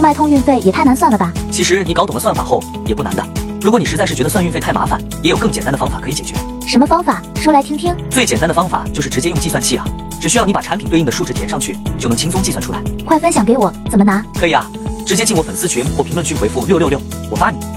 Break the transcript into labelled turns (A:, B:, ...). A: 外通运费也太难算了吧？
B: 其实你搞懂了算法后也不难的。如果你实在是觉得算运费太麻烦，也有更简单的方法可以解决。
A: 什么方法？说来听听。
B: 最简单的方法就是直接用计算器啊，只需要你把产品对应的数值填上去，就能轻松计算出来。
A: 快分享给我，怎么拿？
B: 可以啊，直接进我粉丝群或评论区回复六六六，我发你。